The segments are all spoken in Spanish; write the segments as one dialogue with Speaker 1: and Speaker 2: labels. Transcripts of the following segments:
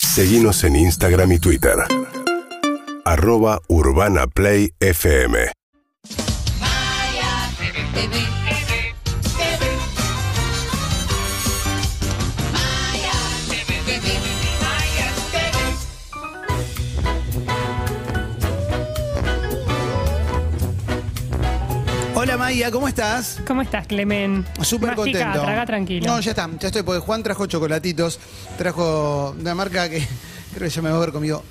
Speaker 1: Seguimos en Instagram y Twitter. Arroba Urbana Play FM.
Speaker 2: Maya TV. Maya TV. Maya TV.
Speaker 3: Hola Maya, ¿cómo estás?
Speaker 4: ¿Cómo estás, Clemen?
Speaker 3: Súper
Speaker 4: Mastica,
Speaker 3: contento.
Speaker 4: Traga tranquilo.
Speaker 3: No, ya está, ya estoy, porque Juan trajo chocolatitos, trajo una marca que creo que ya me va a ver conmigo.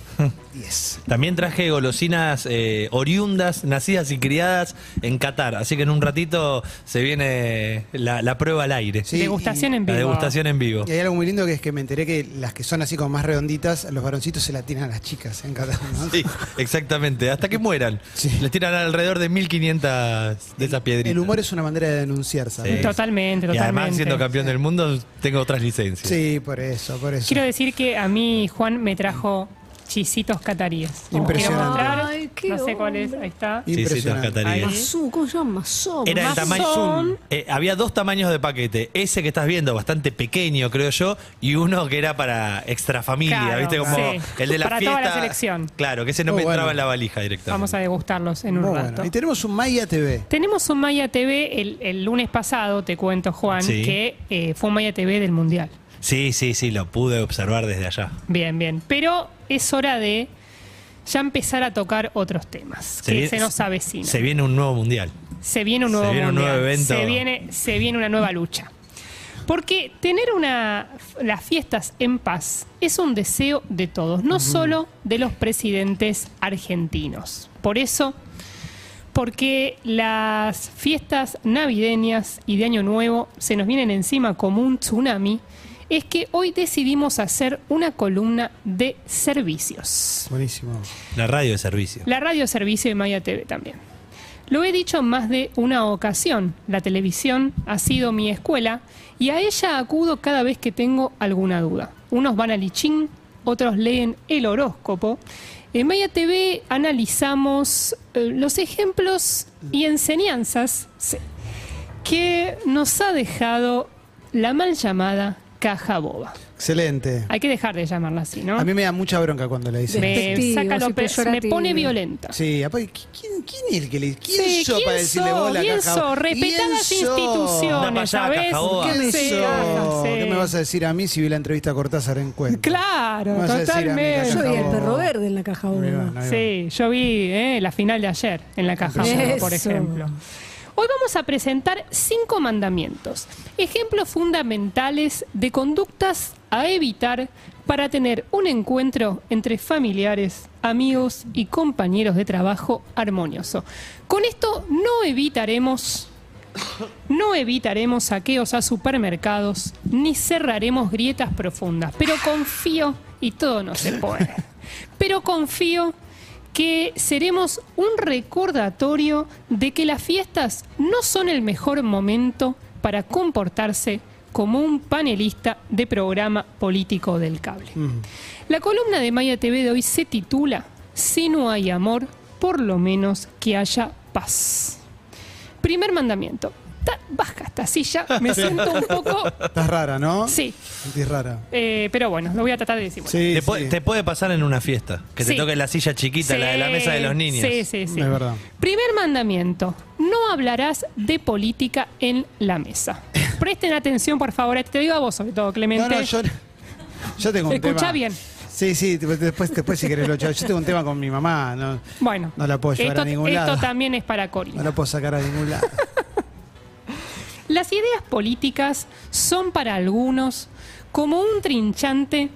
Speaker 3: 10.
Speaker 5: También traje golosinas eh, oriundas, nacidas y criadas en Qatar. Así que en un ratito se viene la, la prueba al aire.
Speaker 3: Sí,
Speaker 4: degustación
Speaker 3: y-
Speaker 4: en
Speaker 5: La
Speaker 4: vivo.
Speaker 5: degustación en vivo.
Speaker 3: Y hay algo muy lindo que es que me enteré que las que son así como más redonditas, los varoncitos se la tiran a las chicas en Qatar, ¿no?
Speaker 5: Sí, exactamente. Hasta que mueran.
Speaker 3: Sí.
Speaker 5: Les tiran alrededor de 1500 de esas piedritas.
Speaker 3: El humor es una manera de denunciar, ¿sabes?
Speaker 5: Sí.
Speaker 4: Totalmente,
Speaker 5: Y
Speaker 4: totalmente.
Speaker 5: además, siendo campeón del mundo, tengo otras licencias.
Speaker 3: Sí, por eso, por eso.
Speaker 4: Quiero decir que a mí Juan me trajo chisitos cataríes. Los
Speaker 3: Impresionante.
Speaker 4: Quiero mostrar.
Speaker 6: Ay, qué
Speaker 4: no sé cuál es, eh.
Speaker 6: hombre.
Speaker 4: ahí está.
Speaker 5: Sí, sí,
Speaker 3: Impresionante.
Speaker 5: todas cataríes.
Speaker 4: Ahí.
Speaker 6: Mazú, ¿cómo se llama? Mazó.
Speaker 5: Era el
Speaker 4: Mazón.
Speaker 5: tamaño. eh, había dos tamaños de paquete. Ese que estás viendo, bastante pequeño, creo yo, y uno que era para extra familia,
Speaker 4: Claro,
Speaker 5: ¿viste? Como
Speaker 4: sí.
Speaker 5: el de la
Speaker 4: Para toda
Speaker 5: fiesta.
Speaker 4: la selección.
Speaker 5: Claro, que ese no
Speaker 3: Oh,
Speaker 5: me entraba
Speaker 3: bueno.
Speaker 5: en la valija directamente.
Speaker 4: Vamos a degustarlos en un
Speaker 3: Muy
Speaker 4: rato.
Speaker 3: bueno. Y tenemos un Maya TV.
Speaker 4: Tenemos un Maya TV el, el lunes pasado, te cuento, Juan,
Speaker 5: Sí.
Speaker 4: que eh, fue un Maya TV del Mundial.
Speaker 5: Sí, sí, sí, lo pude observar desde allá.
Speaker 4: Bien, bien. Pero es hora de ya empezar a tocar otros temas que
Speaker 5: viene-
Speaker 4: se nos avecinan.
Speaker 5: Se viene un nuevo mundial.
Speaker 4: Se viene un nuevo,
Speaker 5: Se viene un
Speaker 4: mundial,
Speaker 5: nuevo evento.
Speaker 4: Se viene, se viene una nueva lucha. Porque tener una, las fiestas en paz es un deseo de todos, no solo de los presidentes argentinos. Por eso, porque las fiestas navideñas y de Año Nuevo se nos vienen encima como un tsunami, es que hoy decidimos hacer una columna de servicios.
Speaker 3: Buenísimo.
Speaker 5: La radio de servicio.
Speaker 4: La radio servicio y Maya TV también. Lo he dicho en más de una ocasión, la televisión ha sido mi escuela y a ella acudo cada vez que tengo alguna duda. Unos van a Lichín, otros leen el horóscopo. En Maya TV analizamos eh, los ejemplos y enseñanzas se- que nos ha dejado la mal llamada caja boba.
Speaker 3: Excelente.
Speaker 4: Hay que dejar de llamarla así, ¿no?
Speaker 3: A mí me da mucha bronca cuando la dicen.
Speaker 4: me,
Speaker 6: Despectivo,
Speaker 4: saca lo
Speaker 6: sí,
Speaker 4: pe- me
Speaker 6: peyorativo.
Speaker 4: pone violenta.
Speaker 3: Sí, aparte, ¿qui- ¿quién, ¿quién es el que le ¿Quién
Speaker 4: Sí,
Speaker 3: sos
Speaker 4: ¿quién
Speaker 3: para decirle
Speaker 4: sos?
Speaker 3: vos la
Speaker 4: ¿Quién
Speaker 3: caja?
Speaker 4: sos? Respetadas
Speaker 3: ¿Quién sos?
Speaker 5: Anda pa'
Speaker 4: instituciones,
Speaker 5: allá,
Speaker 4: ¿sabés?
Speaker 5: Cajaboa.
Speaker 3: ¿Quién
Speaker 4: Sí,
Speaker 3: sos?
Speaker 4: sí.
Speaker 3: ¿Qué me vas a decir a mí si vi la entrevista a Cortázar en Cuenca?
Speaker 4: Claro,
Speaker 3: Vas a decir,
Speaker 4: totalmente.
Speaker 3: amiga,
Speaker 6: Yo vi
Speaker 3: Caja
Speaker 6: el
Speaker 3: Boba.
Speaker 6: perro verde en la caja
Speaker 3: Ahí va,
Speaker 6: bomba.
Speaker 3: ahí va.
Speaker 4: Sí, yo vi eh, la final de ayer en la caja,
Speaker 6: Eso.
Speaker 4: por ejemplo. Hoy vamos a presentar cinco mandamientos, ejemplos fundamentales de conductas a evitar para tener un encuentro entre familiares, amigos y compañeros de trabajo armonioso. Con esto no evitaremos No evitaremos saqueos a supermercados ni cerraremos grietas profundas, pero confío, y todo no se puede, pero confío que seremos un recordatorio de que las fiestas no son el mejor momento para comportarse como un panelista de programa político del cable. La columna de Maya TV de hoy se titula Si no hay amor, por lo menos que haya paz. Primer mandamiento. Ta- baja esta silla, me siento un poco.
Speaker 3: Estás rara, ¿no?
Speaker 4: Sí,
Speaker 3: Estás rara.
Speaker 4: eh, pero bueno, lo voy a tratar de decir. bueno.
Speaker 3: Sí,
Speaker 5: te, pu-
Speaker 3: sí.
Speaker 5: te puede pasar en una fiesta. Que
Speaker 4: Sí.
Speaker 5: te toque la silla chiquita, la de la mesa de los niños.
Speaker 4: Sí, sí, sí.
Speaker 3: Es verdad.
Speaker 4: Primer mandamiento: no hablarás de política en la mesa. Presten atención, por favor. Te digo a vos, sobre todo, Clemente.
Speaker 3: No, no, yo, yo tengo un
Speaker 4: Escuchá
Speaker 3: tema.
Speaker 4: bien.
Speaker 3: Sí, sí, te- después, después si querés lo chavo. Yo tengo un tema con mi mamá, no,
Speaker 4: Bueno,
Speaker 3: no la puedo llevar
Speaker 4: esto,
Speaker 3: a ningún
Speaker 4: esto
Speaker 3: lado.
Speaker 4: también es para Corina.
Speaker 3: No la puedo sacar a ningún lado.
Speaker 4: Las ideas políticas son para algunos como un trinchante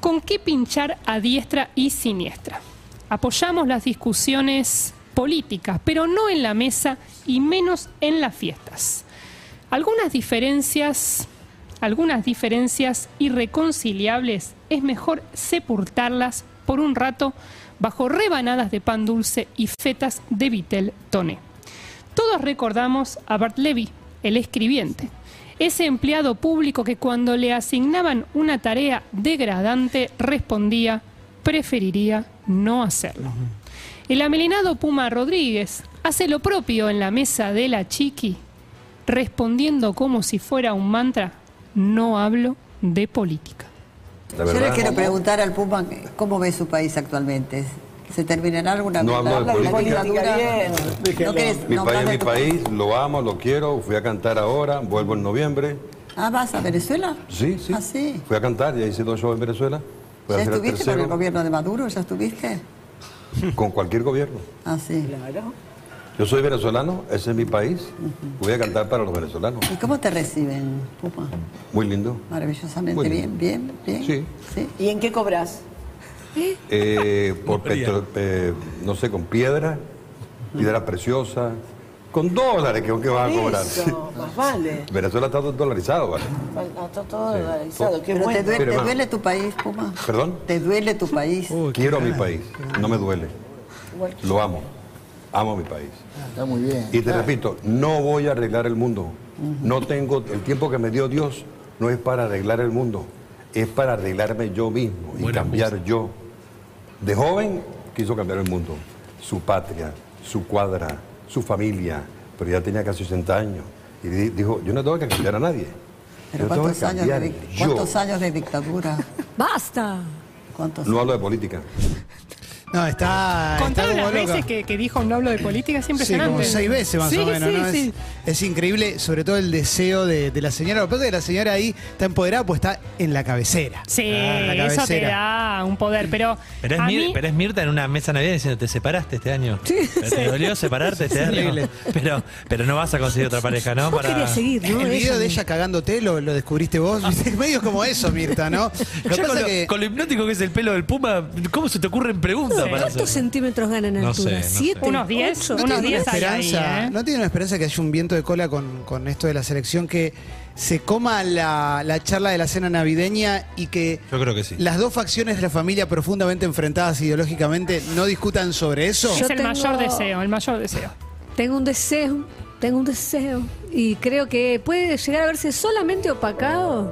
Speaker 4: con que pinchar a diestra y siniestra. Apoyamos las discusiones políticas, pero no en la mesa y menos en las fiestas. Algunas diferencias, algunas diferencias irreconciliables es mejor sepultarlas por un rato bajo rebanadas de pan dulce y fetas de vitel toné. Todos recordamos a Bart Levy, el escribiente, ese empleado público que cuando le asignaban una tarea degradante respondía, preferiría no hacerlo. El amelinado Puma Rodríguez hace lo propio en la mesa de la chiqui,
Speaker 3: Ah,
Speaker 4: respondiendo como si fuera un mantra, no hablo de política.
Speaker 7: La
Speaker 8: Yo le
Speaker 7: verdad.
Speaker 8: quiero preguntar al Puma cómo ve su país actualmente. ¿Se terminará alguna
Speaker 7: No
Speaker 8: vez?
Speaker 7: hablo de
Speaker 8: ¿La
Speaker 7: política.
Speaker 8: dictadura? ¿No querés
Speaker 7: Mi país,
Speaker 8: nombrarle
Speaker 7: mi
Speaker 8: tu-
Speaker 7: país, lo amo, lo quiero, fui a cantar ahora, vuelvo en noviembre.
Speaker 8: Ah, ¿vas a Venezuela?
Speaker 7: Sí, sí.
Speaker 8: Ah, sí.
Speaker 7: Fui a cantar, ya hice dos shows en Venezuela. Voy a
Speaker 8: ¿Ya
Speaker 7: hacer el
Speaker 8: estuviste con el
Speaker 7: tercero.
Speaker 8: gobierno de Maduro? ¿Ya estuviste?
Speaker 7: Con cualquier gobierno.
Speaker 8: Ah, sí.
Speaker 7: Yo soy venezolano, ese es mi país. Voy a cantar para los venezolanos.
Speaker 8: ¿Y cómo te reciben, Puma?
Speaker 7: Muy lindo.
Speaker 8: Maravillosamente
Speaker 7: Muy
Speaker 8: bien,
Speaker 7: bien.
Speaker 8: bien, bien.
Speaker 7: Sí.
Speaker 9: ¿Y en qué cobras?
Speaker 7: Eh, por
Speaker 5: María.
Speaker 7: petro- eh, no sé, con piedra, piedra preciosa, con dólares que, que van a cobrar.
Speaker 9: Eso, más vale.
Speaker 7: Venezuela está todo dolarizado, ¿vale?
Speaker 9: Está todo dolarizado, qué
Speaker 8: Pero te,
Speaker 9: bueno.
Speaker 8: due-
Speaker 7: Pero,
Speaker 8: te
Speaker 7: hermano.
Speaker 8: duele tu país, Puma.
Speaker 7: ¿Perdón?
Speaker 8: ¿Te duele tu país?
Speaker 7: Quiero a mi país, no me duele. Lo amo, amo a mi país.
Speaker 10: Está muy bien.
Speaker 7: Y te repito, no voy a arreglar el mundo. No tengo, el tiempo que me dio Dios no es para arreglar el mundo, es para arreglarme yo mismo y
Speaker 5: Buena
Speaker 7: cambiar yo. De joven quiso cambiar el mundo, su patria, su cuadra, su familia, pero ya tenía casi 60 años. Y di- dijo, yo no tengo que cambiar a nadie.
Speaker 8: Pero
Speaker 7: yo tengo que
Speaker 8: ¿cuántos años, de,
Speaker 7: cambiar
Speaker 8: dic-
Speaker 7: yo.
Speaker 8: ¿cuántos años de dictadura?
Speaker 6: ¡Basta!
Speaker 8: ¿Cuántos
Speaker 7: No hablo de política.
Speaker 3: No, está. está
Speaker 4: Contar
Speaker 3: como
Speaker 4: las
Speaker 3: loca.
Speaker 4: veces que, que dijo no hablo de política es
Speaker 3: Sí,
Speaker 4: impresionante.
Speaker 3: como seis veces más
Speaker 4: Sí,
Speaker 3: o menos.
Speaker 4: sí,
Speaker 3: ¿no? Es-
Speaker 4: sí.
Speaker 3: Es, increíble, sobre todo el deseo de, de la señora. Lo que pasa es que la señora ahí está empoderada, pues está en la cabecera.
Speaker 4: Sí,
Speaker 3: Ah, en la
Speaker 4: eso te
Speaker 3: cabecera.
Speaker 4: da un poder, pero,
Speaker 5: Pero es,
Speaker 4: a
Speaker 5: Mir-
Speaker 4: mí-
Speaker 5: pero es Mirta en una mesa navideña diciendo, te separaste este año. Pero ¿Te dolió separarte este año?
Speaker 3: horrible.
Speaker 5: Pero, pero no vas a conseguir otra pareja, ¿no?
Speaker 6: Vos querías seguir, ¿no?
Speaker 3: El video
Speaker 6: Ella-
Speaker 3: de ella cagándote lo, lo descubriste vos.
Speaker 4: Ah.
Speaker 3: ¿viste? Medio como eso, Mirta, ¿no? Lo que
Speaker 5: Ya con,
Speaker 3: pasa
Speaker 5: lo,
Speaker 3: que.
Speaker 5: con lo hipnótico que es el pelo del puma, ¿cómo se te ocurren preguntas
Speaker 4: Sí.
Speaker 5: para hacer?
Speaker 6: ¿Cuántos centímetros gana en
Speaker 5: No sé,
Speaker 6: altura?
Speaker 5: no sé.
Speaker 6: ¿Siete?
Speaker 4: Unos diez,
Speaker 6: ¿Ocho?
Speaker 4: unos
Speaker 3: ¿No
Speaker 4: unos
Speaker 3: tiene una
Speaker 4: diez hay ahí,
Speaker 3: esperanza,
Speaker 4: ¿eh?
Speaker 3: ¿No tiene una esperanza que haya un viento de cola con, con esto de la selección que se coma la, la charla de la cena navideña y que
Speaker 5: Yo creo que sí.
Speaker 3: las dos facciones de la familia profundamente enfrentadas ideológicamente no discutan sobre eso?
Speaker 4: es
Speaker 6: Yo
Speaker 4: el
Speaker 6: tengo-
Speaker 4: mayor deseo, el mayor deseo.
Speaker 6: Tengo un deseo, tengo un deseo. Y creo que puede llegar a verse solamente opacado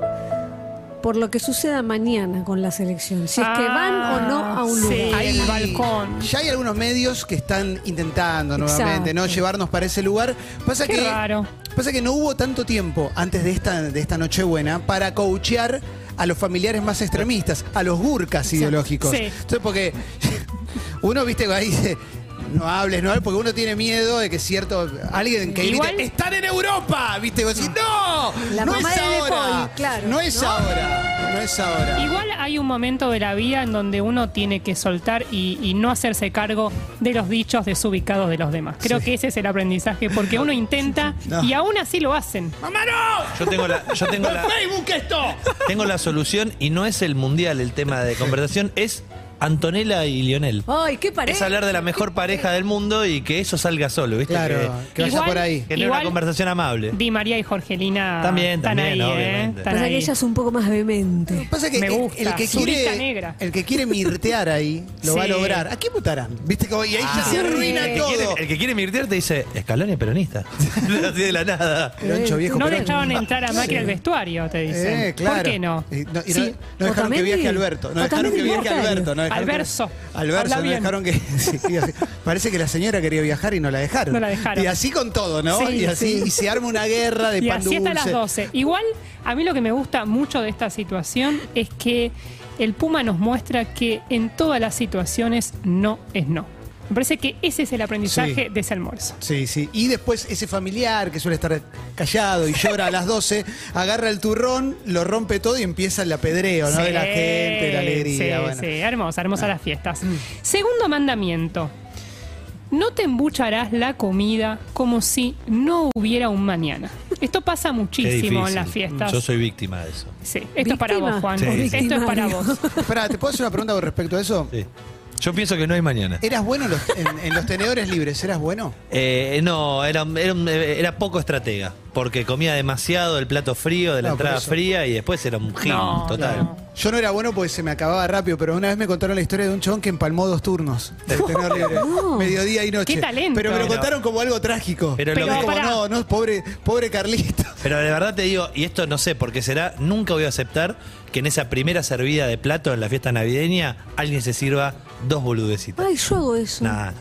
Speaker 6: por lo que suceda mañana con la selección. Si es que van
Speaker 4: Ah,
Speaker 6: o no a un
Speaker 4: sí,
Speaker 6: lugar.
Speaker 4: el balcón.
Speaker 3: Ya hay algunos medios que están intentando
Speaker 6: Exacto.
Speaker 3: nuevamente no llevarnos para ese lugar. Pasa
Speaker 4: Qué
Speaker 3: que
Speaker 4: raro.
Speaker 3: pasa que no hubo tanto tiempo antes de esta de esta Nochebuena para coachear a los familiares más extremistas, a los gurkas ideológicos.
Speaker 4: Sí.
Speaker 3: Entonces porque uno viste ahí dice no hables, no hables, porque uno tiene miedo de que cierto alguien que grite,
Speaker 4: Igual-
Speaker 3: están en Europa, viste, y vos decís, no,
Speaker 6: La
Speaker 3: no
Speaker 6: mamá
Speaker 3: es
Speaker 6: de De
Speaker 3: ahora,
Speaker 6: Paul, claro,
Speaker 3: no es
Speaker 6: ¿no?
Speaker 3: ahora, no es ahora.
Speaker 4: Igual hay un momento de la vida en donde uno tiene que soltar y, y no hacerse cargo de los dichos desubicados de los demás. Creo que ese es el aprendizaje, porque uno intenta
Speaker 3: No.
Speaker 4: y aún así lo hacen.
Speaker 5: Yo tengo la, yo tengo la,
Speaker 3: Facebook esto.
Speaker 5: tengo la solución y no es el mundial el tema de conversación, es Antonella y Lionel.
Speaker 6: ¡Ay, qué pareja!
Speaker 5: Es hablar de la mejor pareja del mundo y que eso salga solo, ¿viste?
Speaker 3: Claro, que vaya
Speaker 4: Igual-
Speaker 3: por ahí.
Speaker 5: Que, que no es
Speaker 4: Igual-
Speaker 5: una conversación amable.
Speaker 4: Di María y Jorgelina
Speaker 5: También,
Speaker 4: están
Speaker 5: también,
Speaker 4: ahí, ¿eh?
Speaker 5: obviamente.
Speaker 4: Están
Speaker 6: Pasa que
Speaker 4: ahí.
Speaker 6: ella es un poco más vehemente.
Speaker 3: Pasa que
Speaker 4: Me
Speaker 3: el-
Speaker 4: gusta,
Speaker 3: el, que
Speaker 4: zurita
Speaker 3: quiere
Speaker 4: negra.
Speaker 3: el que quiere mirtear ahí lo va a
Speaker 4: Sí.
Speaker 3: lograr. ¿A quién votarán? ¿Viste cómo? y ahí ya
Speaker 4: sí.
Speaker 3: se arruina
Speaker 5: Ah, El que,
Speaker 3: todo.
Speaker 5: quiere, el que quiere mirtear te dice, Escalón es peronista. Así de la nada.
Speaker 3: Peroncho viejo,
Speaker 4: No
Speaker 3: Pero-
Speaker 4: dejaban entrar a Macri
Speaker 3: Sí.
Speaker 4: al vestuario, te dicen.
Speaker 3: Eh, claro.
Speaker 4: ¿Por qué no?
Speaker 3: Y no, y no-
Speaker 6: Sí.
Speaker 3: no dejaron que
Speaker 6: Otamendi.
Speaker 3: viaje Alberto. No dejaron que
Speaker 6: Otamendi
Speaker 3: viaje
Speaker 6: viaja.
Speaker 3: Alberto. No dejaron que-
Speaker 4: Alverso.
Speaker 3: Al
Speaker 4: Habla
Speaker 3: verso, no
Speaker 4: bien.
Speaker 3: dejaron que. sí, sí, así. Parece que la señora quería viajar y no la dejaron.
Speaker 4: No la dejaron.
Speaker 3: Y así con todo, ¿no?
Speaker 4: Sí,
Speaker 3: y así,
Speaker 4: sí.
Speaker 3: y se arma una guerra de
Speaker 4: Y
Speaker 3: pan
Speaker 4: así hasta las
Speaker 3: dulce.
Speaker 4: 12. Igual, a mí lo que me gusta mucho de esta situación es que el Puma nos muestra que en todas las situaciones no es no. Me parece que ese es el aprendizaje
Speaker 3: Sí.
Speaker 4: de ese almuerzo.
Speaker 3: Sí, sí. Y después ese familiar que suele estar callado y llora a las 12, agarra el turrón, lo rompe todo y empieza el apedreo, ¿no? de la
Speaker 4: Sí,
Speaker 3: gente, la alegría.
Speaker 4: Sí,
Speaker 3: bueno. Mm.
Speaker 4: sí, hermosa, hermosa las fiestas. Segundo mandamiento. No te embucharás la comida como si no hubiera un mañana. Esto pasa
Speaker 5: Qué
Speaker 4: muchísimo en
Speaker 5: difícil.
Speaker 4: las fiestas.
Speaker 5: Yo soy víctima de eso.
Speaker 4: Sí, esto es para
Speaker 6: ¿Víctima?
Speaker 4: vos, Juan.
Speaker 5: Sí, sí.
Speaker 4: Esto es para
Speaker 6: Victimario.
Speaker 4: vos.
Speaker 3: Espera, ¿te puedo hacer una pregunta con respecto a eso?
Speaker 5: Sí. Yo pienso que no hay mañana.
Speaker 3: ¿Eras bueno en los, en- en los tenedores libres? ¿Eras bueno?
Speaker 5: Eh, no, era, era, un- eh, era poco estratega, porque comía demasiado el plato frío, de la
Speaker 3: No, por
Speaker 5: entrada
Speaker 3: eso.
Speaker 5: fría y después era un gil
Speaker 4: No,
Speaker 5: total.
Speaker 4: no.
Speaker 3: Yo no era bueno porque se me acababa rápido, pero una vez me contaron la historia de un chabón que empalmó dos turnos del tenedor libre. Mediodía y noche.
Speaker 4: Qué talento.
Speaker 3: Pero me lo
Speaker 4: Pero-
Speaker 3: contaron como algo trágico.
Speaker 5: Pero lo
Speaker 3: Era
Speaker 5: que-
Speaker 3: como,
Speaker 4: pará.
Speaker 3: no, no, pobre, pobre Carlito.
Speaker 5: Pero de verdad te digo, y esto no sé por qué será, nunca voy a aceptar que en esa primera servida de plato en la fiesta navideña alguien se sirva dos boludecitas.
Speaker 6: Ay, yo hago eso.
Speaker 5: Nada,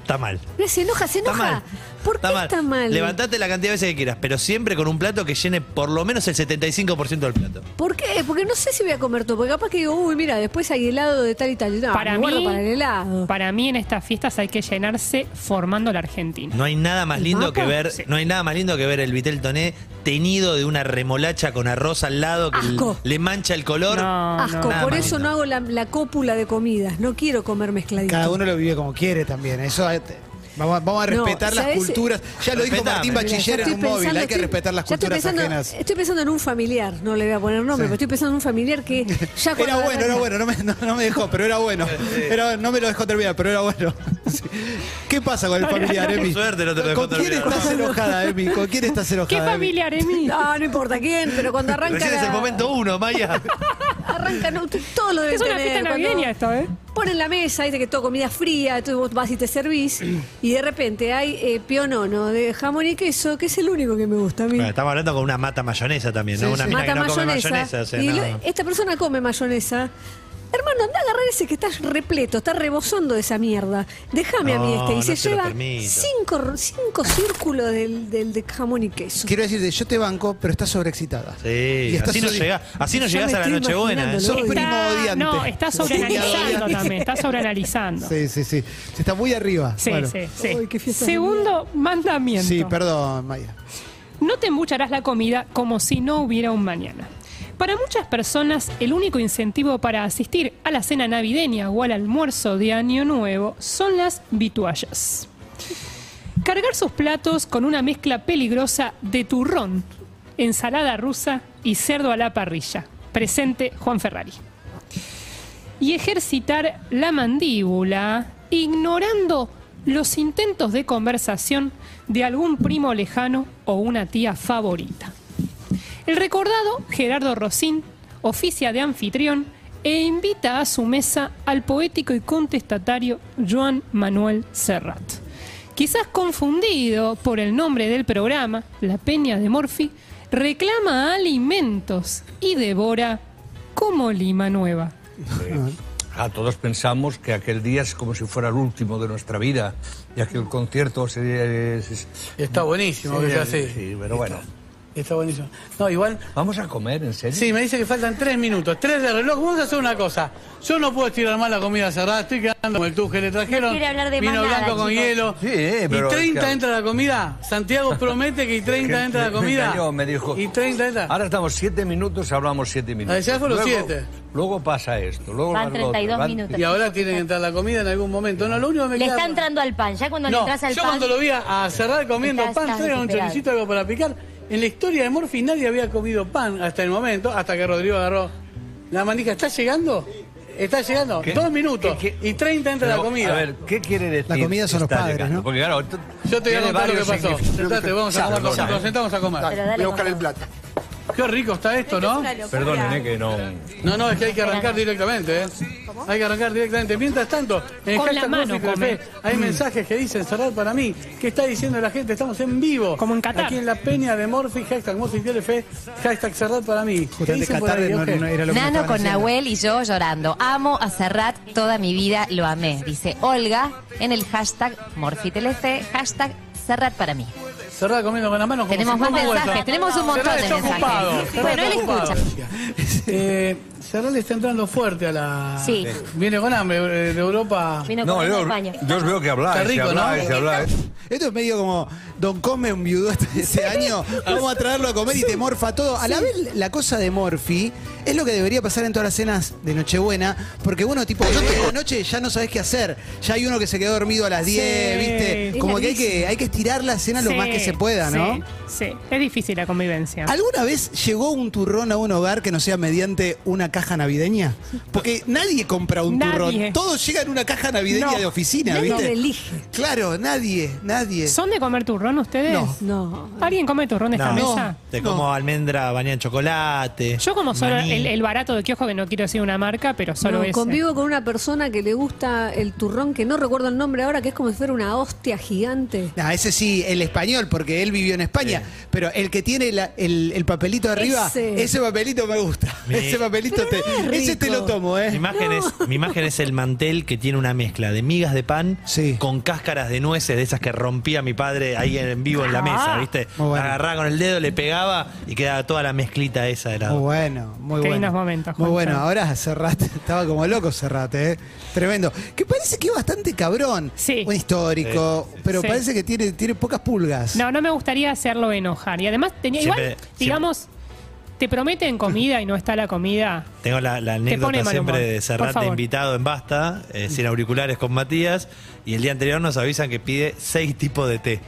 Speaker 5: está mal.
Speaker 6: Se enoja, se
Speaker 5: Está mal.
Speaker 6: enoja. ¿Por qué está mal?
Speaker 5: Levantate la cantidad de veces que quieras, pero siempre con un plato que llene por lo menos el 75% del plato.
Speaker 6: ¿Por qué? Porque no sé si voy a comer todo. Porque capaz que digo, uy, mira, después hay helado de tal y tal. No,
Speaker 4: Para
Speaker 6: Ah, me guardo
Speaker 4: mí,
Speaker 6: para el helado.
Speaker 4: para mí en estas fiestas hay que llenarse formando la Argentina.
Speaker 5: No hay nada más
Speaker 6: ¿El
Speaker 5: lindo
Speaker 6: mapa?
Speaker 5: que ver,
Speaker 4: Sí.
Speaker 5: no hay nada más lindo que ver el vitel toné teñido de una remolacha con arroz al lado que
Speaker 6: Asco.
Speaker 5: le mancha el color.
Speaker 4: No, no,
Speaker 6: Asco,
Speaker 5: nada
Speaker 6: por
Speaker 5: más
Speaker 6: eso
Speaker 5: lindo.
Speaker 6: no hago la, la cópula de comidas. No quiero comer mezcladito.
Speaker 3: Cada uno lo vive como quiere también. Eso eh, te- vamos, a- vamos a
Speaker 6: No,
Speaker 3: respetar las
Speaker 6: ¿sabes?
Speaker 3: culturas. Ya lo dijo
Speaker 5: Respetame.
Speaker 3: Martín
Speaker 6: Mira,
Speaker 3: Bachiller
Speaker 6: ya
Speaker 3: en
Speaker 6: estoy
Speaker 3: un móvil.
Speaker 6: pensando,
Speaker 3: Hay que
Speaker 6: estoy-
Speaker 3: respetar las
Speaker 6: ya estoy
Speaker 3: culturas
Speaker 6: pensando-
Speaker 3: ajenas.
Speaker 6: Estoy pensando en un familiar, no le voy a poner nombre, pero estoy pensando en un familiar que ya cuando
Speaker 3: Era bueno, era
Speaker 6: arranca-
Speaker 3: bueno, no me, no- no me dejó, pero era bueno. Era- no me lo dejó terminar, pero era bueno. Sí. ¿Qué pasa con el familiar, Emi?
Speaker 5: Por suerte no te lo dejó
Speaker 3: ¿Con quién
Speaker 5: terminar.
Speaker 3: estás enojada, Emi? ¿Con quién estás enojada?
Speaker 4: ¿Qué
Speaker 3: Emi?
Speaker 4: familiar, Emi?
Speaker 6: No, no importa quién, pero cuando arranca.
Speaker 5: Recién es el
Speaker 6: la-
Speaker 5: momento uno, Maya.
Speaker 6: Arranca, no, usted- todo lo debe
Speaker 4: Es una
Speaker 6: tener,
Speaker 4: fiesta
Speaker 6: cuando
Speaker 4: navideña esto, ¿eh?
Speaker 6: Ponen la mesa, dice que todo comida fría, entonces vos vas y te servís, y de repente hay eh, pionono de jamón y queso, que es el único que me gusta a mí.
Speaker 5: Bueno, estamos hablando con una mata mayonesa también,
Speaker 3: Sí,
Speaker 5: ¿no? Una
Speaker 3: sí.
Speaker 5: mina
Speaker 6: Mata
Speaker 5: que no come
Speaker 6: mayonesa.
Speaker 5: mayonesa. o sea,
Speaker 6: y
Speaker 5: no.
Speaker 6: lo- esta persona come mayonesa. Hermano, anda a agarrar ese que está repleto, está rebosando de esa mierda. Déjame a mí
Speaker 5: No,
Speaker 6: este. Y
Speaker 5: no
Speaker 6: se
Speaker 5: se lo
Speaker 6: lleva
Speaker 5: permito.
Speaker 6: cinco, ro- cinco círculos del, del de jamón y queso.
Speaker 3: Quiero decirte, yo te banco, pero estás sobreexcitada.
Speaker 5: Sí,
Speaker 3: Y estás
Speaker 5: así no,
Speaker 3: sobre-
Speaker 5: llegás, así no
Speaker 6: Ya
Speaker 5: llegás
Speaker 6: me
Speaker 5: a la
Speaker 6: estoy
Speaker 5: Nochebuena. ¿eh?
Speaker 6: imaginándolo.
Speaker 3: Sos primo odiante.
Speaker 4: no, está sobreanalizando también, está sobreanalizando.
Speaker 3: Sí, sí, sí. Se está muy arriba.
Speaker 4: Sí,
Speaker 3: Bueno.
Speaker 4: sí, sí.
Speaker 6: Uy, qué fiesta
Speaker 4: Segundo mandamiento.
Speaker 3: Sí, perdón, Maya.
Speaker 4: No te embucharás la comida como si no hubiera un mañana. Para muchas personas, el único incentivo para asistir a la cena navideña o al almuerzo de Año Nuevo son las vituallas. Cargar sus platos con una mezcla peligrosa de turrón, ensalada rusa y cerdo a la parrilla. Presente Juan Ferrari. Y ejercitar la mandíbula ignorando los intentos de conversación de algún primo lejano o una tía favorita. El recordado Gerardo Rosín oficia de anfitrión e invita a su mesa al poético y contestatario Joan Manuel Serrat. Quizás confundido por el nombre del programa, La Peña de Morphy, reclama alimentos y devora como Lima Nueva.
Speaker 10: Ah, todos pensamos que aquel día es como si fuera el último de nuestra vida, ya que el concierto sería...
Speaker 11: Está buenísimo que sea así.
Speaker 10: eh, sí, pero bueno.
Speaker 11: Está buenísimo. No, igual.
Speaker 10: ¿Vamos a comer, en serio?
Speaker 11: Sí, me dice que faltan tres minutos, tres de reloj. Vamos a hacer una cosa. Yo no puedo estirar más la comida cerrada, estoy quedando con el tuje. Le trajeron
Speaker 2: quiere hablar de más
Speaker 11: vino
Speaker 2: nada,
Speaker 11: blanco con
Speaker 2: chicos.
Speaker 11: hielo.
Speaker 10: Sí, eh, pero
Speaker 11: y 30
Speaker 10: claro.
Speaker 11: entra la comida. Santiago promete que y 30
Speaker 10: Que-
Speaker 11: entra la
Speaker 10: me
Speaker 11: comida.
Speaker 10: engañó, me dijo.
Speaker 11: Y 30 entra.
Speaker 10: Ahora estamos siete minutos, hablamos siete minutos.
Speaker 11: ya fueron
Speaker 10: Luego-
Speaker 11: siete.
Speaker 10: Luego pasa esto, luego
Speaker 2: Van
Speaker 10: las dos,
Speaker 2: 32
Speaker 10: van-
Speaker 2: minutos.
Speaker 11: Y ahora tiene que entrar la comida en algún momento. No, lo único que me
Speaker 2: Le
Speaker 11: queda.
Speaker 2: está entrando al pan. Ya cuando le
Speaker 11: No,
Speaker 2: entras al
Speaker 11: yo
Speaker 2: pan.
Speaker 11: cuando lo vi a, a cerrar comiendo
Speaker 2: Estás-
Speaker 11: pan,
Speaker 2: estás
Speaker 11: traigan un
Speaker 2: desesperado.
Speaker 11: choricito, algo para picar. En la historia de Morphy nadie había comido pan hasta el momento, hasta que Rodrigo agarró la manija. ¿Está llegando? Está llegando.
Speaker 10: ¿Qué?
Speaker 11: Dos minutos
Speaker 10: ¿Qué- qué?
Speaker 11: y treinta entra
Speaker 10: Pero,
Speaker 11: la comida.
Speaker 10: A ver, ¿qué quiere decir?
Speaker 3: La comida son los
Speaker 10: está
Speaker 3: padres,
Speaker 10: llegando?
Speaker 3: ¿no?
Speaker 10: Porque claro, t-
Speaker 11: yo te voy a
Speaker 10: tiene
Speaker 11: contar lo que
Speaker 10: varios
Speaker 11: pasó.
Speaker 10: significados.
Speaker 11: Sentate, vamos a comer
Speaker 10: Perdona,
Speaker 11: nosotros,
Speaker 10: eh.
Speaker 11: sentamos a comer.
Speaker 2: Pero dale, con-
Speaker 11: plata. Qué rico está esto, ¿no?
Speaker 10: Perdonen, eh, que no...
Speaker 11: No, no, es que hay que arrancar directamente, ¿eh? Hay que arrancar directamente. Mientras tanto, en el
Speaker 4: Con la
Speaker 11: hashtag
Speaker 4: mano
Speaker 11: Coffee
Speaker 4: come. Mm.
Speaker 11: Café hay mensajes que dicen cerrar para mí. ¿Qué está diciendo la gente? Estamos en vivo.
Speaker 4: Como en Qatar.
Speaker 11: Aquí en la peña de Morphy, hashtag Morphy TLF, hashtag cerrar para mí. ¿Qué
Speaker 3: Justamente
Speaker 11: dicen por
Speaker 3: Qatar
Speaker 11: ahí,
Speaker 3: no,
Speaker 11: Eugen?
Speaker 3: no era lo que
Speaker 2: Nano
Speaker 3: estaban
Speaker 2: con
Speaker 3: haciendo.
Speaker 2: Nahuel y yo llorando. Amo a Serrat, toda mi vida lo amé. Dice Olga en el hashtag MorfiTLC, hashtag Serrat para mí.
Speaker 11: Cerrar comiendo con las manos. como
Speaker 2: Tenemos
Speaker 11: si
Speaker 2: más
Speaker 11: no hubiera
Speaker 2: mensajes,
Speaker 11: vuelto.
Speaker 2: tenemos un montón
Speaker 11: Cerrar
Speaker 2: de
Speaker 11: está
Speaker 2: mensajes.
Speaker 11: ocupado, Cerrar
Speaker 2: Bueno, él
Speaker 11: está ocupado.
Speaker 2: escucha.
Speaker 11: Eh, Cerrar le está entrando fuerte a la...
Speaker 2: Sí.
Speaker 11: Viene con hambre eh, de Europa.
Speaker 2: Vino
Speaker 10: No,
Speaker 2: con
Speaker 10: yo,
Speaker 2: el baño.
Speaker 10: yo os veo que habláis,
Speaker 11: Está rico,
Speaker 10: se
Speaker 11: ¿no?
Speaker 10: habláis, se habláis.
Speaker 3: Esto es medio como Don Come enviudó este, este año, vamos a traerlo a comer y te morfa todo. A la vez la cosa de Morphy es lo que debería pasar en todas las cenas de Nochebuena, porque uno tipo, yo tengo noche ya no sabes qué hacer. Ya hay uno que se quedó dormido a las 10, ¿viste?
Speaker 6: Es
Speaker 3: Como que hay que
Speaker 6: larguísimo.
Speaker 3: hay que estirar la cena lo
Speaker 4: Sí,
Speaker 3: más que se pueda, ¿no?
Speaker 4: Sí, sí. es difícil la convivencia.
Speaker 3: ¿Alguna vez llegó un turrón a un hogar que no sea mediante una caja navideña? Porque nadie compra un
Speaker 4: Nadie.
Speaker 3: turrón. Todo llega en una caja navideña
Speaker 4: No.
Speaker 3: de oficina,
Speaker 6: Nadie
Speaker 3: ¿viste?
Speaker 6: lo elige.
Speaker 3: Claro, nadie, nadie.
Speaker 4: ¿Son de comer turrón ustedes?
Speaker 3: No.
Speaker 6: No.
Speaker 4: ¿Alguien come turrón de esta
Speaker 5: No,
Speaker 4: mesa?
Speaker 5: te como almendra bañada en chocolate.
Speaker 4: Yo como solo
Speaker 5: maní.
Speaker 4: el, el barato de kiosco, que no quiero decir una marca, pero solo
Speaker 6: No,
Speaker 4: ese.
Speaker 6: convivo con una persona que le gusta el turrón, que no recuerdo el nombre ahora, que es como si fuera una hostia gigante.
Speaker 3: No, Ah, ese sí, el español, porque él vivió en España. Pero el que tiene la- el, el papelito arriba, ese.
Speaker 6: Ese.
Speaker 3: papelito me gusta. Ese papelito
Speaker 6: Pero
Speaker 3: este. Ese te lo tomo, ¿eh?
Speaker 5: Mi imagen, es, mi imagen es el mantel que tiene una mezcla de migas de pan con cáscaras de nueces, de esas que rompía mi padre ahí en vivo en la mesa, ¿viste?
Speaker 3: Ah. Muy bueno.
Speaker 5: La agarraba con el dedo, le pegaba y quedaba toda la mezclita esa de la.
Speaker 3: Muy bueno, muy
Speaker 5: Qué
Speaker 3: bueno.
Speaker 5: lindos momentos,
Speaker 3: Muy
Speaker 5: Juancha.
Speaker 3: bueno, ahora Serrat, estaba como loco Serrat, ¿eh? Tremendo. Que parece que es bastante cabrón. Sí. Un histórico,
Speaker 4: Sí, sí,
Speaker 3: pero
Speaker 4: sí.
Speaker 3: parece que tiene, tiene pocas pulgas.
Speaker 4: No, no me gustaría hacerlo enojar. Y además tenía igual,
Speaker 5: Siempre-
Speaker 4: digamos, te prometen comida y no está la comida.
Speaker 5: Tengo la, la
Speaker 4: pone
Speaker 5: anécdota
Speaker 4: mal
Speaker 5: siempre
Speaker 4: humor,
Speaker 5: de
Speaker 4: por
Speaker 5: Serrat de
Speaker 4: favor.
Speaker 5: invitado en Basta, eh, sin auriculares con Matías, y el día anterior nos avisan que pide seis tipos de té.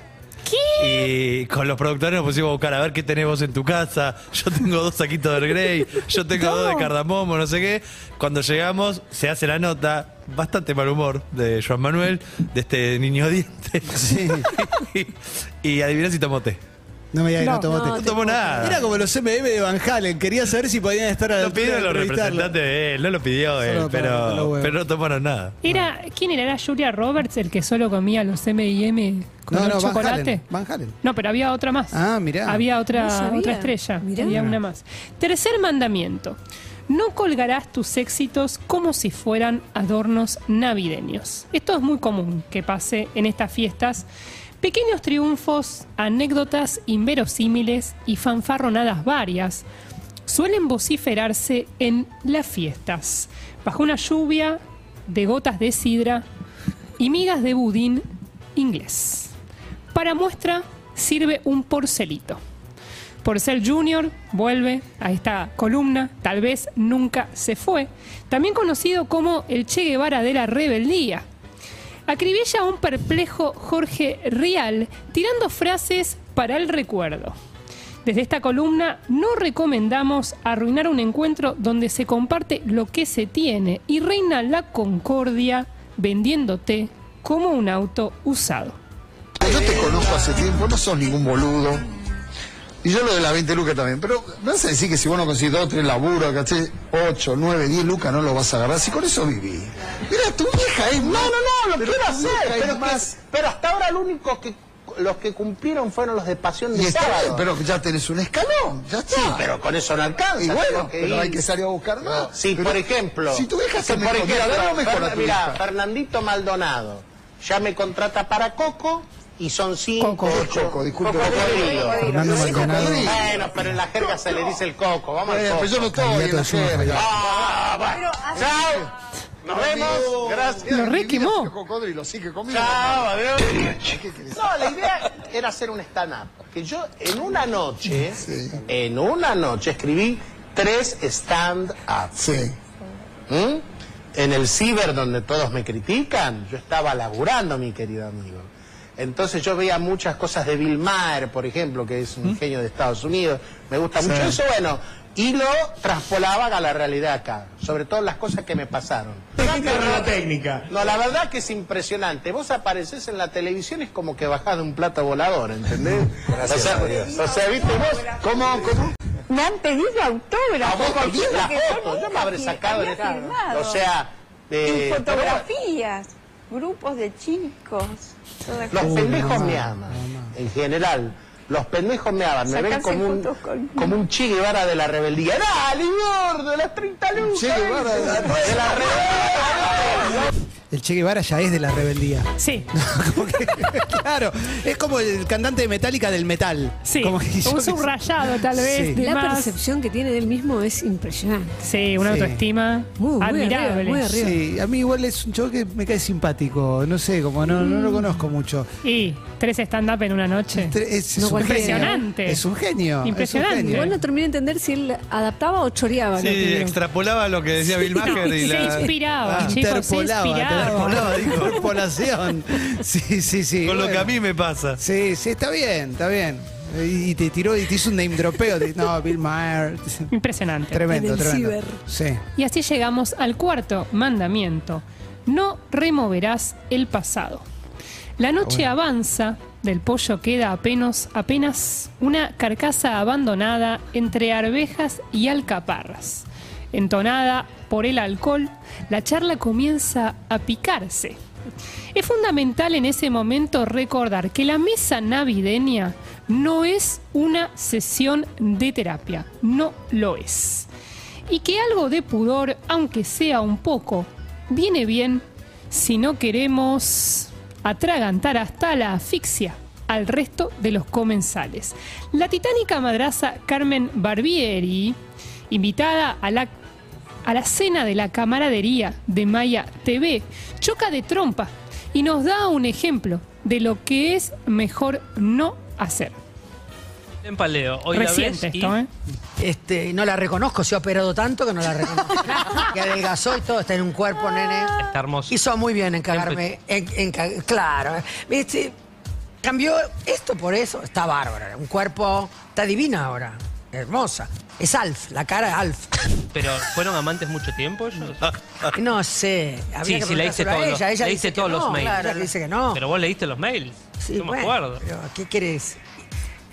Speaker 5: Y con los productores nos pusimos a buscar a ver qué tenemos en tu casa. Yo tengo dos saquitos de Grey, yo tengo dos de cardamomo, no sé qué. Cuando llegamos, se hace la nota, bastante mal humor de Joan Manuel, de este niño diente. y, y adiviná si tomó té.
Speaker 3: No me digas que no,
Speaker 5: No,
Speaker 3: tomó
Speaker 5: no,
Speaker 3: té.
Speaker 5: no tomó nada.
Speaker 3: Era como los MM de Van Halen, quería saber si podían estar a la
Speaker 5: Lo
Speaker 3: altura de
Speaker 5: pidieron los
Speaker 3: entrevistarlo.
Speaker 5: representantes de él, no lo pidió él,
Speaker 3: Solo para los
Speaker 5: pero,
Speaker 3: huevos.
Speaker 5: pero no tomaron nada.
Speaker 4: Era, ¿Quién era? ¿Era Julia Roberts el que solo comía los M&M con
Speaker 3: No,
Speaker 4: el
Speaker 3: no, Van
Speaker 4: chocolate?
Speaker 3: Halen. Van Halen.
Speaker 4: No, pero había otra más.
Speaker 3: Ah, mirá.
Speaker 4: Había
Speaker 3: No
Speaker 4: otra,
Speaker 3: sabía.
Speaker 4: otra estrella.
Speaker 3: Mirá.
Speaker 4: Había una más. Tercer mandamiento. No colgarás tus éxitos como si fueran adornos navideños. Esto es muy común que pase en estas fiestas. Pequeños triunfos, anécdotas inverosímiles y fanfarronadas varias suelen vociferarse en las fiestas, bajo una lluvia de gotas de sidra y migas de budín inglés. Para muestra sirve un porcelito. Porcel Junior vuelve a esta columna, tal vez nunca se fue, también conocido como el Che Guevara de la rebeldía. Acribilla a un perplejo Jorge Rial tirando frases para el recuerdo. Desde esta columna no recomendamos arruinar un encuentro donde se comparte lo que se tiene y reina la concordia vendiéndote como un auto usado.
Speaker 12: Yo te conozco hace tiempo, no sos ningún boludo. Y yo lo de las 20 lucas también. Pero me vas a decir que si vos no conseguís dos, tres laburos, ¿caché? 8, 9, 10 lucas no lo vas a agarrar. Si con eso vivís. Mira, tu vieja es.
Speaker 13: No, no, no, lo
Speaker 12: Pero
Speaker 13: quiero
Speaker 12: tu
Speaker 13: hacer.
Speaker 12: vieja es
Speaker 13: Pero, que-
Speaker 12: más-
Speaker 13: pero hasta ahora lo único que los que cumplieron fueron los de Pasión
Speaker 12: Y
Speaker 13: de
Speaker 12: está bien,
Speaker 13: Sábado.
Speaker 12: pero ya tenés un escalón. Ya está.
Speaker 13: Sí, pero con eso no alcanza.
Speaker 12: Y bueno,
Speaker 13: tengo que
Speaker 12: pero
Speaker 13: ir.
Speaker 12: hay que salir a buscar más.
Speaker 13: Sí,
Speaker 12: Pero
Speaker 13: por ejemplo.
Speaker 12: Si tu vieja se
Speaker 13: sí,
Speaker 12: mejor, mira, ahora no mejora
Speaker 13: Fernan-
Speaker 12: tu
Speaker 13: mirá,
Speaker 12: vieja.
Speaker 13: Fernandito Maldonado ya me contrata para Coco y son cinco.
Speaker 12: Coco,
Speaker 13: ocho.
Speaker 12: Coco, disculpe,
Speaker 13: Coco
Speaker 12: Coco.
Speaker 13: Codrillo.
Speaker 12: Fernando
Speaker 13: Sí, Coco
Speaker 12: Maldonado.
Speaker 13: Codrillo. Bueno, pero en la jerga se le dice el Coco. Vamos al
Speaker 12: Bueno,
Speaker 13: Coco.
Speaker 12: pero yo no estoy en la Candidato a jerga. Schumacher.
Speaker 13: Ah, bueno. Chao. Nos vemos. Gracias.
Speaker 12: Lo requimó. Cocodrilo, sigue conmigo.
Speaker 13: Chao, adiós. No, la idea era hacer un stand-up. Que yo en una noche, en una noche escribí tres stand-up. ¿Mm? En el ciber donde todos me critican, yo estaba laburando, mi querido amigo. Entonces yo veía muchas cosas de Bill Maher, por ejemplo, que es un genio de Estados Unidos. Me gusta
Speaker 12: Sí.
Speaker 13: mucho eso, bueno. Y lo traspolaba a la realidad acá, sobre todo las cosas que me pasaron. la técnica. No, la verdad que es impresionante. Vos apareces en la televisión es como que bajás de un plato volador, ¿entendés?
Speaker 12: Gracias
Speaker 13: o, sea,
Speaker 12: a Dios.
Speaker 13: o sea, viste vos, ¿cómo, cómo?
Speaker 14: Me han pedido
Speaker 13: A
Speaker 14: autógrafos.
Speaker 13: vos también
Speaker 14: cosas
Speaker 13: la
Speaker 14: que yo
Speaker 13: foto, yo me
Speaker 14: nunca
Speaker 13: habré
Speaker 14: fi-
Speaker 13: sacado
Speaker 14: había
Speaker 13: de
Speaker 14: firmado.
Speaker 13: O sea, eh,
Speaker 14: Y fotografías, grupos de chicos. toda
Speaker 13: Los
Speaker 14: cosa.
Speaker 13: pendejos me aman, en general. Los pendejos me aman, me ven
Speaker 14: Sacarse
Speaker 13: como un,
Speaker 14: fotos con-
Speaker 13: como un Che Guevara de la rebeldía. ¡Dale, gordo! ¡Las 30 lucas!
Speaker 12: Che Guevara de la-
Speaker 13: de la rebeldía!
Speaker 3: El Che Guevara ya es de la rebeldía.
Speaker 4: Sí.
Speaker 3: claro, es como el cantante de Metallica del metal.
Speaker 4: Sí,
Speaker 3: Como que yo
Speaker 4: un
Speaker 3: que-
Speaker 4: subrayado tal vez.
Speaker 3: Sí.
Speaker 4: de
Speaker 6: La
Speaker 4: más.
Speaker 6: percepción que tiene de él mismo es impresionante.
Speaker 4: Sí, una
Speaker 3: Sí.
Speaker 4: autoestima admirable.
Speaker 3: Sí, a mí igual es un chavo que me cae simpático. No sé, como no, no lo
Speaker 4: Mm.
Speaker 3: conozco mucho.
Speaker 4: Y tres stand-up en una noche.
Speaker 3: Es, es un genio.
Speaker 4: cualquiera. pues, Impresionante.
Speaker 3: Es un genio. es un
Speaker 4: Impresionante.
Speaker 3: genio.
Speaker 6: Igual no terminé de entender si él adaptaba o choreaba.
Speaker 5: Sí,
Speaker 6: lo que digo.
Speaker 5: extrapolaba lo que decía Bill Maher y
Speaker 6: se
Speaker 5: la...
Speaker 6: inspiraba,
Speaker 5: Ah.
Speaker 6: chicos, se
Speaker 3: Interpolaba,
Speaker 6: inspiraba.
Speaker 3: interpolaba, interpolación. Sí, sí, sí.
Speaker 5: Con lo que a
Speaker 3: bueno.
Speaker 5: mí me pasa.
Speaker 3: Sí, sí, está bien, está bien. Y y te tiró y te hizo un name dropeo. Te- No, Bill Maher.
Speaker 4: Impresionante.
Speaker 3: Tremendo,
Speaker 4: En el
Speaker 3: tremendo.
Speaker 4: ciber.
Speaker 3: Sí.
Speaker 4: Y así llegamos al cuarto mandamiento. No removerás el pasado. La noche avanza, del pollo queda apenas, apenas una carcasa abandonada entre arvejas y alcaparras. Entonada por el alcohol, la charla comienza a picarse. Es fundamental en ese momento recordar que la mesa navideña no es una sesión de terapia, no lo es. y que algo de pudor, aunque sea un poco, viene bien si no queremos atragantar hasta la asfixia al resto de los comensales. La titánica madraza Carmen Barbieri, invitada a la a la cena de la camaradería de Maya TV, choca de trompa y nos da un ejemplo de lo que es mejor no hacer.
Speaker 15: En paleo, hoy
Speaker 4: Reciente
Speaker 15: la ves y-
Speaker 4: esto, ¿eh?
Speaker 16: Este, no la reconozco, se ha operado tanto que no la reconozco. que adelgazó y todo, está en un cuerpo, nene.
Speaker 15: Está hermoso.
Speaker 16: Hizo muy bien en cagarme. Eh, en- en ca- claro. Este, cambió esto por eso. Está bárbara. Un cuerpo. Está divina ahora. Hermosa. Es Alf, la cara de Alf.
Speaker 15: Pero ¿fueron amantes mucho tiempo ellos?
Speaker 16: No sé. habría
Speaker 15: sí,
Speaker 16: Ah, que
Speaker 15: sí, leíste
Speaker 16: preguntárselo a
Speaker 15: todos, los-
Speaker 16: ella, ella
Speaker 15: leíste
Speaker 16: dice que
Speaker 15: todos los
Speaker 16: no,
Speaker 15: mails.
Speaker 16: claro, ella dice que no.
Speaker 15: Pero vos leíste los mails.
Speaker 16: Sí,
Speaker 15: no me
Speaker 16: bueno,
Speaker 15: acuerdo.
Speaker 16: pero ¿Qué querés?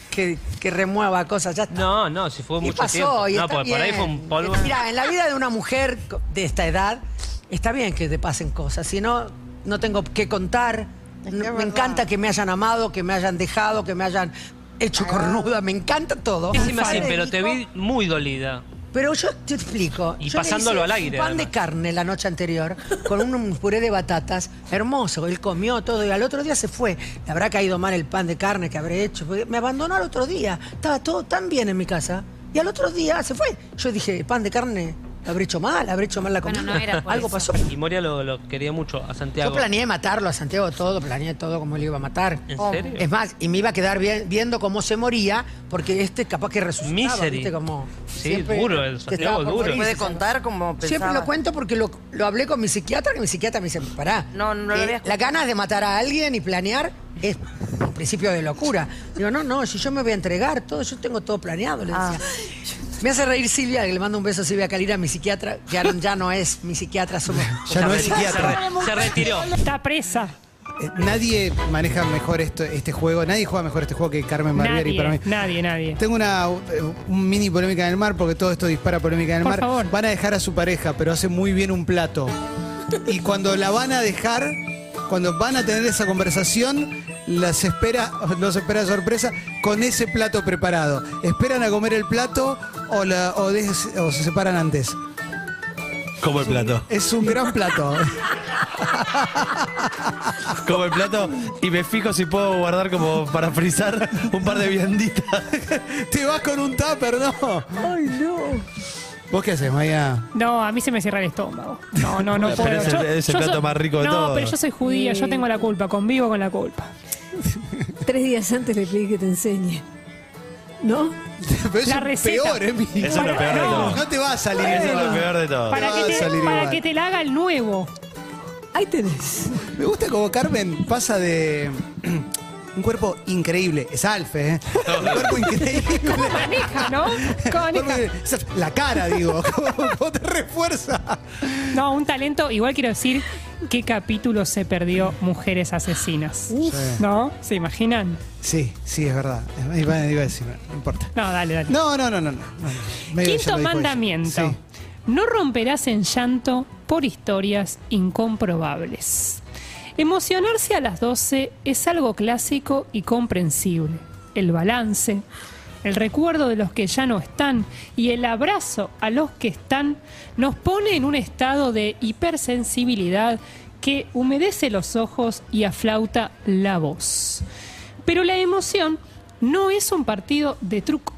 Speaker 16: Que, que remueva cosas, ya está.
Speaker 15: No, no, si fue
Speaker 16: Y
Speaker 15: mucho
Speaker 16: pasó,
Speaker 15: tiempo.
Speaker 16: y
Speaker 15: no,
Speaker 16: está
Speaker 15: por, por ahí
Speaker 16: bien.
Speaker 15: fue un polvo.
Speaker 16: Mira, en la vida de una mujer co- de esta edad, está bien que te pasen cosas. Si no, no tengo que contar. No- me encanta que me hayan amado, que me hayan dejado, que me hayan hecho cornuda. Me encanta todo.
Speaker 15: Encima sí, pero te vi muy dolida.
Speaker 16: Pero yo te explico.
Speaker 15: Y
Speaker 16: Yo le
Speaker 15: pasándolo
Speaker 16: hice
Speaker 15: al aire,
Speaker 16: Un pan de
Speaker 15: además.
Speaker 16: carne la noche anterior con un, un puré de batatas hermoso. Él comió todo y al otro día se fue. Le habrá caído mal el pan de carne que habré hecho. porque Me abandonó al otro día. Estaba todo tan bien en mi casa. Y al otro día se fue. Yo dije, pan de carne, lo habré hecho mal, habré hecho mal la comida. Algo pasó.
Speaker 15: Y Moria lo, lo quería mucho a Santiago.
Speaker 16: Yo planeé matarlo a Santiago todo, planeé todo como lo iba a matar.
Speaker 15: ¿En serio?
Speaker 16: Es más, y me iba a quedar bien- viendo cómo se moría, porque este capaz que resucitaba,
Speaker 15: Misery.
Speaker 16: ¿viste? Como
Speaker 15: Sí,
Speaker 16: siempre
Speaker 15: duro, el
Speaker 16: que
Speaker 15: Santiago
Speaker 16: estaba por
Speaker 15: duro.
Speaker 16: morirse.
Speaker 15: Puede
Speaker 17: contar como
Speaker 16: Siempre
Speaker 17: pensaba.
Speaker 16: lo cuento porque lo, lo hablé con mi psiquiatra, que mi psiquiatra me dice, pará.
Speaker 17: No, no lo había
Speaker 16: Las
Speaker 17: escuchado.
Speaker 16: ganas de matar a alguien y planear es un principio de locura. Digo, no, no, si yo me voy a entregar todo, yo tengo todo planeado, le
Speaker 17: Ah.
Speaker 11: Ah.
Speaker 16: decía. Me hace reír Silvia, que le mando un beso a Silvia Calira, mi psiquiatra, que ahora ya no es mi psiquiatra, somos...
Speaker 3: Ya no es psiquiatra.
Speaker 15: Se retiró.
Speaker 4: Está presa.
Speaker 3: Eh, Nadie maneja mejor esto, este juego, nadie juega mejor este juego que Carmen Barbieri
Speaker 4: Nadie,
Speaker 3: para mí.
Speaker 4: nadie, nadie.
Speaker 3: Tengo una eh, un mini polémica en el mar porque todo esto dispara polémica en el
Speaker 4: Por
Speaker 3: mar. Van a dejar a su pareja, pero hace muy bien un plato. Y cuando la van a dejar, cuando van a tener esa conversación, las espera, los espera sorpresa con ese plato preparado. ¿Esperan a comer el plato o, la- o des- o se separan antes?
Speaker 5: Como el plato.
Speaker 3: Es un gran plato.
Speaker 5: Como el plato. Y me fijo si puedo guardar como para frizar un par de vianditas.
Speaker 3: Te vas con un tupper, ¿no?
Speaker 4: Ay, no.
Speaker 3: ¿Vos qué haces, Maya?
Speaker 4: No, a mí se me cierra el estómago. No, no, no
Speaker 5: Pero
Speaker 4: puedo.
Speaker 5: es el- es el plato más rico de
Speaker 4: no,
Speaker 5: todo.
Speaker 4: pero yo soy judía, yo tengo la culpa, convivo con la culpa.
Speaker 6: Tres días antes le pedí que te enseñe. ¿No?
Speaker 3: Pero eso
Speaker 6: La
Speaker 3: es
Speaker 6: receta.
Speaker 3: peor, Emi.
Speaker 5: Eso es lo peor de todo.
Speaker 3: No te va a salir
Speaker 5: Eso es lo
Speaker 3: igual.
Speaker 5: peor de todo.
Speaker 4: Para,
Speaker 3: va
Speaker 4: que
Speaker 3: a
Speaker 4: te,
Speaker 3: salir
Speaker 4: para
Speaker 3: igual.
Speaker 4: que te la haga el nuevo.
Speaker 6: Ahí tenés.
Speaker 3: Me gusta como Carmen pasa de un cuerpo increíble. Es Alfe, ¿eh? Un cuerpo increíble.
Speaker 4: ¿Cómo maneja, no? ¿Cómo
Speaker 3: Un cuerpo
Speaker 4: maneja?
Speaker 3: increíble. La cara, digo. ¿Cómo te refuerza?
Speaker 4: No, un talento. Igual quiero decir qué capítulo se perdió Mujeres Asesinas. ¿No? ¿Se imaginan?
Speaker 3: Sí, sí, es verdad. Iba iba a decir, no importa.
Speaker 4: No, dale, dale.
Speaker 3: No, no, no, no. no. Medio ya
Speaker 4: Quinto
Speaker 3: lo dijo ella.
Speaker 4: mandamiento.
Speaker 3: Sí.
Speaker 4: No romperás en llanto por historias incomprobables. Emocionarse a las 12 es algo clásico y comprensible. El balance, el recuerdo de los que ya no están y el abrazo a los que están nos pone en un estado de hipersensibilidad que humedece los ojos y aflauta la voz. Pero la emoción no es un partido de truco.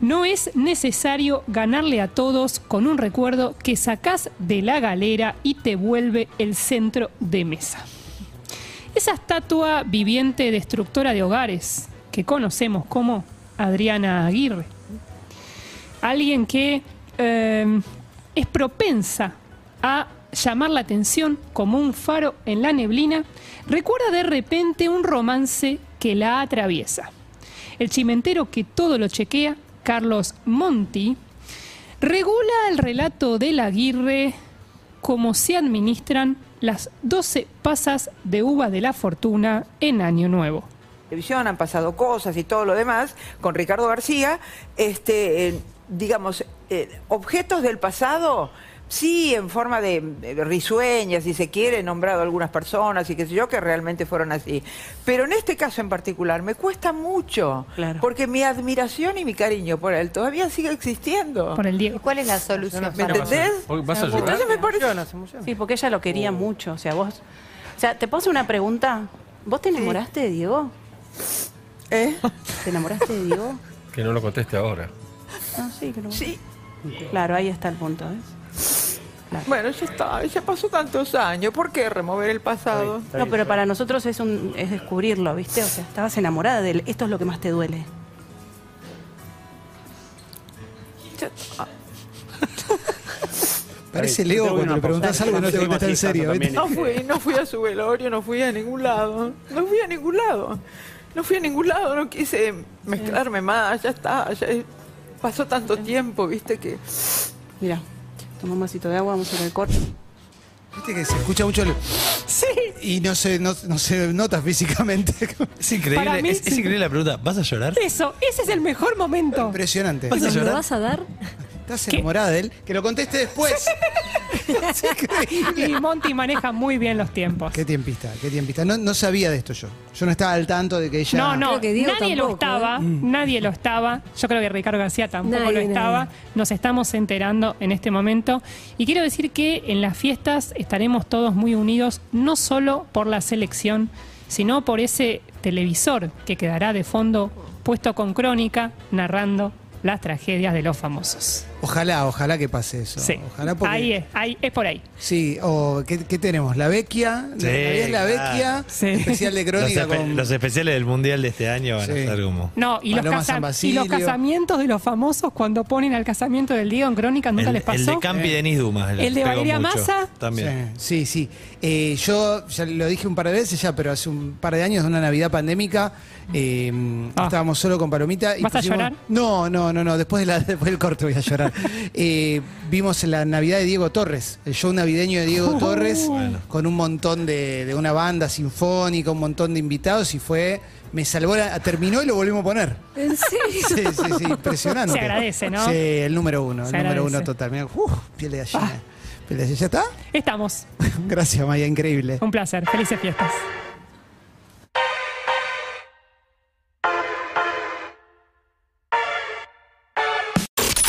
Speaker 4: No es necesario ganarle a todos con un recuerdo que sacás de la galera y te vuelve el centro de mesa. Esa estatua viviente destructora de hogares que conocemos como Adriana Aguirre. Alguien que eh, es propensa a llamar la atención como un faro en la neblina, recuerda de repente un romance que la atraviesa. El chimentero que todo lo chequea, Carlos Monti, regula el relato del Aguirre cómo se administran las 12 pasas de uva de la fortuna en Año Nuevo.
Speaker 17: televisión, han pasado cosas y todo lo demás, con Ricardo García, este, eh, digamos, eh, objetos del pasado Sí, en forma de eh, risueña, si se quiere, nombrado algunas personas y qué sé yo, que realmente fueron así. Pero en este caso en particular me cuesta mucho, porque mi admiración y mi cariño por él todavía sigue existiendo.
Speaker 4: Por el Diego.
Speaker 18: ¿Cuál es la solución?
Speaker 17: ¿Me
Speaker 18: para-
Speaker 17: entendés? Entonces me parece...
Speaker 18: Sí, porque ella lo quería mucho. O sea, vos. O sea, te puedo hacer una pregunta. ¿Vos te enamoraste de Diego?
Speaker 17: ¿Eh?
Speaker 18: ¿Te enamoraste de Diego?
Speaker 19: Que no lo conteste ahora.
Speaker 18: No, sí, que no. Sí. Claro, ahí está el punto. ¿eh?
Speaker 17: Bueno, ya está, ya pasó tantos años, ¿por qué remover el pasado?
Speaker 18: No, pero para nosotros es, un, es descubrirlo, ¿viste? O sea, estabas enamorada de él. Esto es lo que más te duele.
Speaker 3: Parece Leo cuando le preguntás algo y no te contesta en serio. ¿viste?
Speaker 17: No fui, no fui a su velorio, no fui a ningún lado. No fui a ningún lado. No fui a ningún lado, no quise mezclarme más, ya está. ya es- pasó tanto tiempo, viste que.
Speaker 18: Mira, toma un vasito de agua, vamos a ir al corte.
Speaker 3: Viste que se escucha mucho el... Sí. Y no se, no, no se nota físicamente.
Speaker 5: Es increíble,
Speaker 4: Para mí,
Speaker 5: es, es
Speaker 4: sí.
Speaker 5: increíble la pregunta. ¿Vas a llorar?
Speaker 4: Eso, ese es el mejor momento.
Speaker 3: Impresionante.
Speaker 5: ¿Vas a llorar?
Speaker 4: vas
Speaker 6: a dar?
Speaker 3: Estás enamorada de él. Que lo conteste después.
Speaker 4: y Monty maneja muy bien los tiempos.
Speaker 3: Qué tiempista, qué tiempista. No, no sabía de esto yo. Yo no estaba al tanto de que ella...
Speaker 4: No, no,
Speaker 6: Creo que Diego
Speaker 4: nadie lo
Speaker 6: tampoco,
Speaker 4: estaba,
Speaker 6: ¿eh?
Speaker 4: nadie lo estaba. Yo creo que Ricardo García tampoco
Speaker 6: Nadie,
Speaker 4: lo estaba.
Speaker 6: nadie.
Speaker 4: Nos estamos enterando en este momento. Y quiero decir que en las fiestas estaremos todos muy unidos, no solo por la selección, sino por ese televisor que quedará de fondo puesto con crónica, narrando las tragedias de los famosos.
Speaker 3: Ojalá, ojalá que pase eso.
Speaker 4: Sí,
Speaker 3: Ojalá porque...
Speaker 4: ahí es, ahí, es por ahí.
Speaker 3: Sí, o ¿qué, qué tenemos? La Vecchia,
Speaker 5: Sí,
Speaker 3: la, Navidad es la
Speaker 5: claro.
Speaker 3: Vecchia, especial de
Speaker 5: Los,
Speaker 3: crónica
Speaker 5: espe-
Speaker 3: con
Speaker 5: los especiales del mundial de este año van a
Speaker 3: Sí.
Speaker 5: estar como.
Speaker 4: No, y los,
Speaker 3: Paloma
Speaker 4: casa-
Speaker 3: San
Speaker 4: y
Speaker 3: Basilio.
Speaker 4: los casamientos de los famosos cuando ponen al casamiento del Diego en Crónica, nunca
Speaker 5: El,
Speaker 4: les pasó. Eh,
Speaker 5: el de Campi y Denis Dumas.
Speaker 4: El
Speaker 5: les
Speaker 4: de
Speaker 5: pegó
Speaker 4: Valeria
Speaker 5: mucho
Speaker 4: Massa.
Speaker 5: También.
Speaker 3: Sí, sí. sí. Eh, yo ya lo dije un par de veces ya, pero hace un par de años, una Navidad pandémica, eh, estábamos solo con Palomita. Y
Speaker 4: Ah. ¿Vas a llorar?
Speaker 3: No, no, no, no. Después, de la- después del corte voy a llorar. Eh, vimos la Navidad de Diego Torres, el show navideño de
Speaker 4: Uh.
Speaker 3: Diego Torres, con un montón de, de una banda sinfónica, un montón de invitados y fue... Me salvó, la- terminó y lo volvimos a poner.
Speaker 6: ¿En serio?
Speaker 3: Sí, sí, sí, impresionante.
Speaker 4: Se agradece, ¿no?
Speaker 3: Sí, el número uno,
Speaker 4: Se
Speaker 3: el número
Speaker 4: agradece. Ah.
Speaker 3: uno total. Mirá, uf, piel de gallina. Piel de gallina. ¿Ya está?
Speaker 4: Estamos.
Speaker 3: Gracias, Maya, increíble.
Speaker 4: Un placer. Felices fiestas.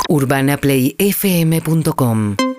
Speaker 20: UrbanaPlayFM.com